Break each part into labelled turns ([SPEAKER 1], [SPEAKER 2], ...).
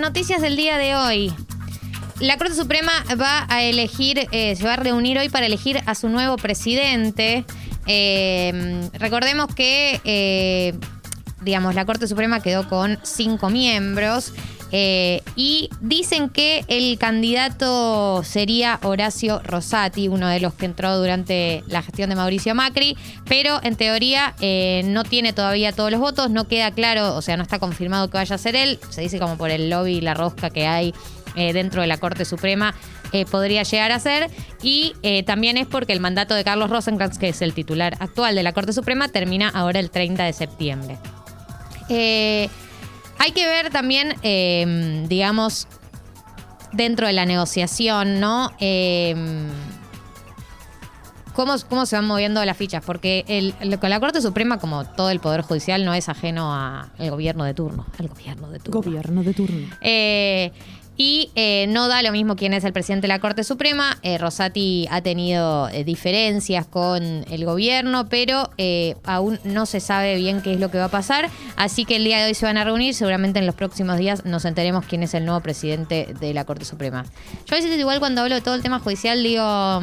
[SPEAKER 1] noticias del día de hoy. La Corte Suprema va a elegir, eh, se va a reunir hoy para elegir a su nuevo presidente. Eh, recordemos que, eh, digamos, la Corte Suprema quedó con cinco miembros. eh, y dicen que el candidato sería Horacio Rosati, uno de los que entró durante la gestión de Mauricio Macri, pero en teoría eh, no tiene todavía todos los votos, no queda claro, o sea, no está confirmado que vaya a ser él, se dice como por el lobby y la rosca que hay eh, dentro de la Corte Suprema eh, podría llegar a ser. Y eh, también es porque el mandato de Carlos Rosenkrantz, que es el titular actual de la Corte Suprema, termina ahora el 30 de septiembre. Eh, hay que ver también, eh, digamos, dentro de la negociación, ¿no? Eh, ¿Cómo, ¿Cómo se van moviendo las fichas? Porque el, lo- la Corte Suprema, como todo el Poder Judicial, no es ajeno a- al gobierno de turno. Al gobierno de turno.
[SPEAKER 2] Gobierno de turno.
[SPEAKER 1] Eh, y eh, no da lo mismo quién es el presidente de la Corte Suprema. Eh, Rosati ha tenido eh, diferencias con el gobierno, pero eh, aún no se sabe bien qué es lo que va a pasar. Así que el día de hoy se van a reunir. Seguramente en los próximos días nos enteremos quién es el nuevo presidente de la Corte Suprema. Yo a veces igual cuando hablo de todo el tema judicial digo...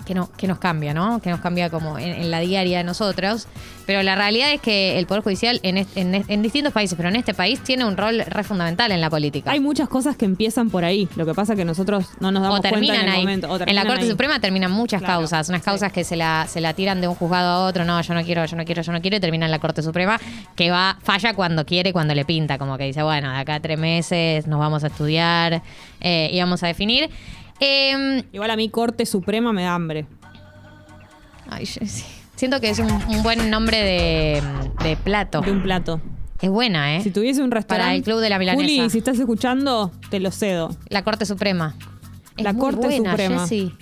[SPEAKER 1] mm, Que, no, que nos cambia, ¿no? Que nos cambia como en, en la diaria de nosotros. Pero la realidad es que el Poder Judicial en, est- en est- en distintos países, pero en este país, tiene un rol re fundamental en la política.
[SPEAKER 2] Hay muchas cosas que empiezan por ahí. Lo que pasa que nosotros no nos damos
[SPEAKER 1] o terminan
[SPEAKER 2] cuenta en el
[SPEAKER 1] ahí.
[SPEAKER 2] momento. o
[SPEAKER 1] en la
[SPEAKER 2] terminan
[SPEAKER 1] Corte
[SPEAKER 2] ahí.
[SPEAKER 1] Suprema terminan muchas
[SPEAKER 2] Claro,
[SPEAKER 1] causas, unas
[SPEAKER 2] sí.
[SPEAKER 1] causas que se la, se la tiran de un juzgado a otro, no, yo no quiero, yo no quiero, yo no quiero, y termina en la Corte Suprema, que va, falla cuando quiere, cuando le pinta, como que dice, bueno, de acá a tres meses nos vamos a estudiar eh, y vamos a definir. Eh,
[SPEAKER 2] Igual a mí Corte Suprema me da hambre.
[SPEAKER 1] ay, yo- sí. Siento que es un, un buen nombre de, de plato.
[SPEAKER 2] De un plato.
[SPEAKER 1] Es buena, ¿eh?
[SPEAKER 2] Si tuviese un restaurante.
[SPEAKER 1] Para el Club de la Milanesa.
[SPEAKER 2] Juli, si estás escuchando, te lo cedo.
[SPEAKER 1] La Corte Suprema. Es
[SPEAKER 2] La
[SPEAKER 1] muy
[SPEAKER 2] Corte
[SPEAKER 1] buena,
[SPEAKER 2] Suprema.
[SPEAKER 1] Jessy.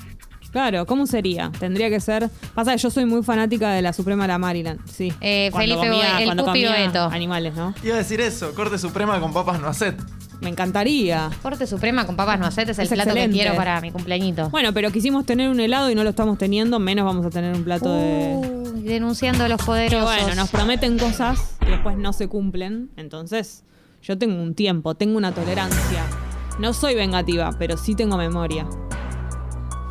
[SPEAKER 2] Claro, ¿cómo sería? Tendría que ser. Pasa que yo soy muy fanática de la Suprema de la Maryland. Sí.
[SPEAKER 1] Eh,
[SPEAKER 2] Cuando
[SPEAKER 1] Felipe
[SPEAKER 2] comía-
[SPEAKER 1] Boe- el
[SPEAKER 2] cuando
[SPEAKER 1] Pupi
[SPEAKER 2] comía
[SPEAKER 1] Boeto.
[SPEAKER 2] Animales, ¿no?
[SPEAKER 3] Iba a decir eso, Corte Suprema con papas no hacet.
[SPEAKER 2] Me encantaría.
[SPEAKER 1] Corte Suprema con papas no aceite es el
[SPEAKER 2] Es
[SPEAKER 1] plato
[SPEAKER 2] excelente.
[SPEAKER 1] que quiero para mi cumpleañito.
[SPEAKER 2] Bueno, pero quisimos tener un helado y no lo estamos teniendo, menos vamos a tener un plato de.
[SPEAKER 1] Uy, denunciando a los
[SPEAKER 2] Pero
[SPEAKER 1] poderosos.
[SPEAKER 2] bueno, nos prometen cosas y después no se cumplen. Entonces, yo tengo un tiempo, tengo una tolerancia. No soy vengativa, pero sí tengo memoria.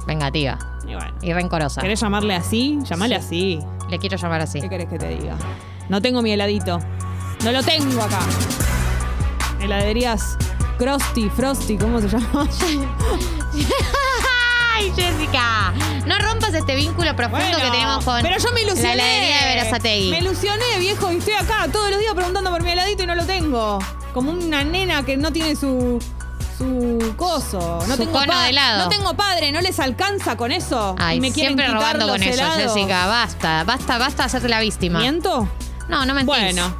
[SPEAKER 1] Vengativa
[SPEAKER 2] Y bueno.
[SPEAKER 1] y rencorosa.
[SPEAKER 2] ¿Querés llamarle así? Llamale así.
[SPEAKER 1] Le quiero llamar así.
[SPEAKER 2] ¿Qué querés que te diga? No tengo mi heladito. No lo tengo acá. Heladerías Krusty, Frosty, ¿cómo se llama?
[SPEAKER 1] ¡Ay, Jessica! No rompas este vínculo profundo
[SPEAKER 2] Bueno,
[SPEAKER 1] que tenemos con
[SPEAKER 2] pero yo me ilusioné.
[SPEAKER 1] la heladería de Verazategui.
[SPEAKER 2] Me ilusioné, viejo, y estoy acá todos los días preguntando por mi heladito y no lo tengo. Como una nena que no tiene su su coso, no
[SPEAKER 1] Su
[SPEAKER 2] tengo
[SPEAKER 1] cono
[SPEAKER 2] pa-
[SPEAKER 1] de helado.
[SPEAKER 2] No tengo padre, no les alcanza con eso.
[SPEAKER 1] Ay,
[SPEAKER 2] y me quieren
[SPEAKER 1] siempre
[SPEAKER 2] quitar
[SPEAKER 1] robando
[SPEAKER 2] los
[SPEAKER 1] con
[SPEAKER 2] helados.
[SPEAKER 1] eso, Jessica. Basta, basta, basta de hacerte la víctima.
[SPEAKER 2] ¿Miento?
[SPEAKER 1] No, no mentís.
[SPEAKER 2] Bueno.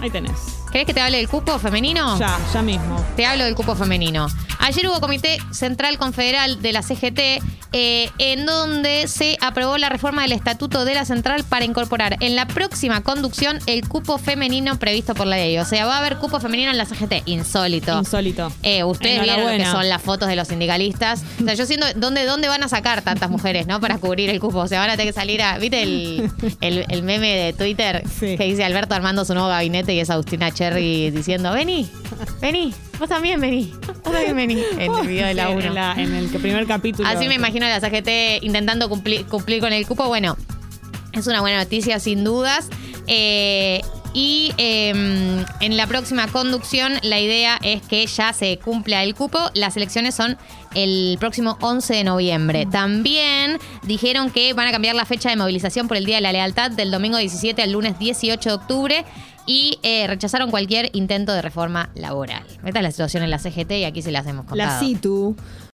[SPEAKER 2] Ahí tenés.
[SPEAKER 1] ¿Querés que te hable del cupo femenino?
[SPEAKER 2] Ya, ya mismo.
[SPEAKER 1] Te hablo del cupo femenino. Ayer hubo Comité Central Confederal de la CGT eh, en donde se aprobó la reforma del Estatuto de la Central para incorporar en la próxima conducción el cupo femenino previsto por la ley. O sea, va a haber cupo femenino en la CGT. Insólito.
[SPEAKER 2] Insólito.
[SPEAKER 1] Eh, ustedes vieron lo que
[SPEAKER 2] Enhorabuena.
[SPEAKER 1] son las fotos de los sindicalistas. O sea, yo siento, ¿dónde, ¿dónde van a sacar tantas mujeres, no? Para cubrir el cupo. O sea, van a tener que salir a. ¿Viste el, el- el meme de Twitter
[SPEAKER 2] Sí.
[SPEAKER 1] que dice Alberto armando su nuevo gabinete y es Agustina Cherry diciendo: Vení, vení, vos también vení, vos también vení. En el video de la
[SPEAKER 2] Sí,
[SPEAKER 1] 1.
[SPEAKER 2] En, la- en el que- primer capítulo.
[SPEAKER 1] Así me imagino a la CGT intentando cumplir, cumplir con el cupo. Bueno, es una buena noticia, sin dudas. Eh, y eh, en la próxima conducción, la idea es que ya se cumpla el cupo. Las elecciones son el próximo 11 de noviembre. También dijeron que van a cambiar la fecha de movilización por el Día de la Lealtad del domingo 17 al lunes 18 de octubre y eh, rechazaron cualquier intento de reforma laboral. Esta es la situación en la CGT y aquí se las hemos contado.
[SPEAKER 2] La situ.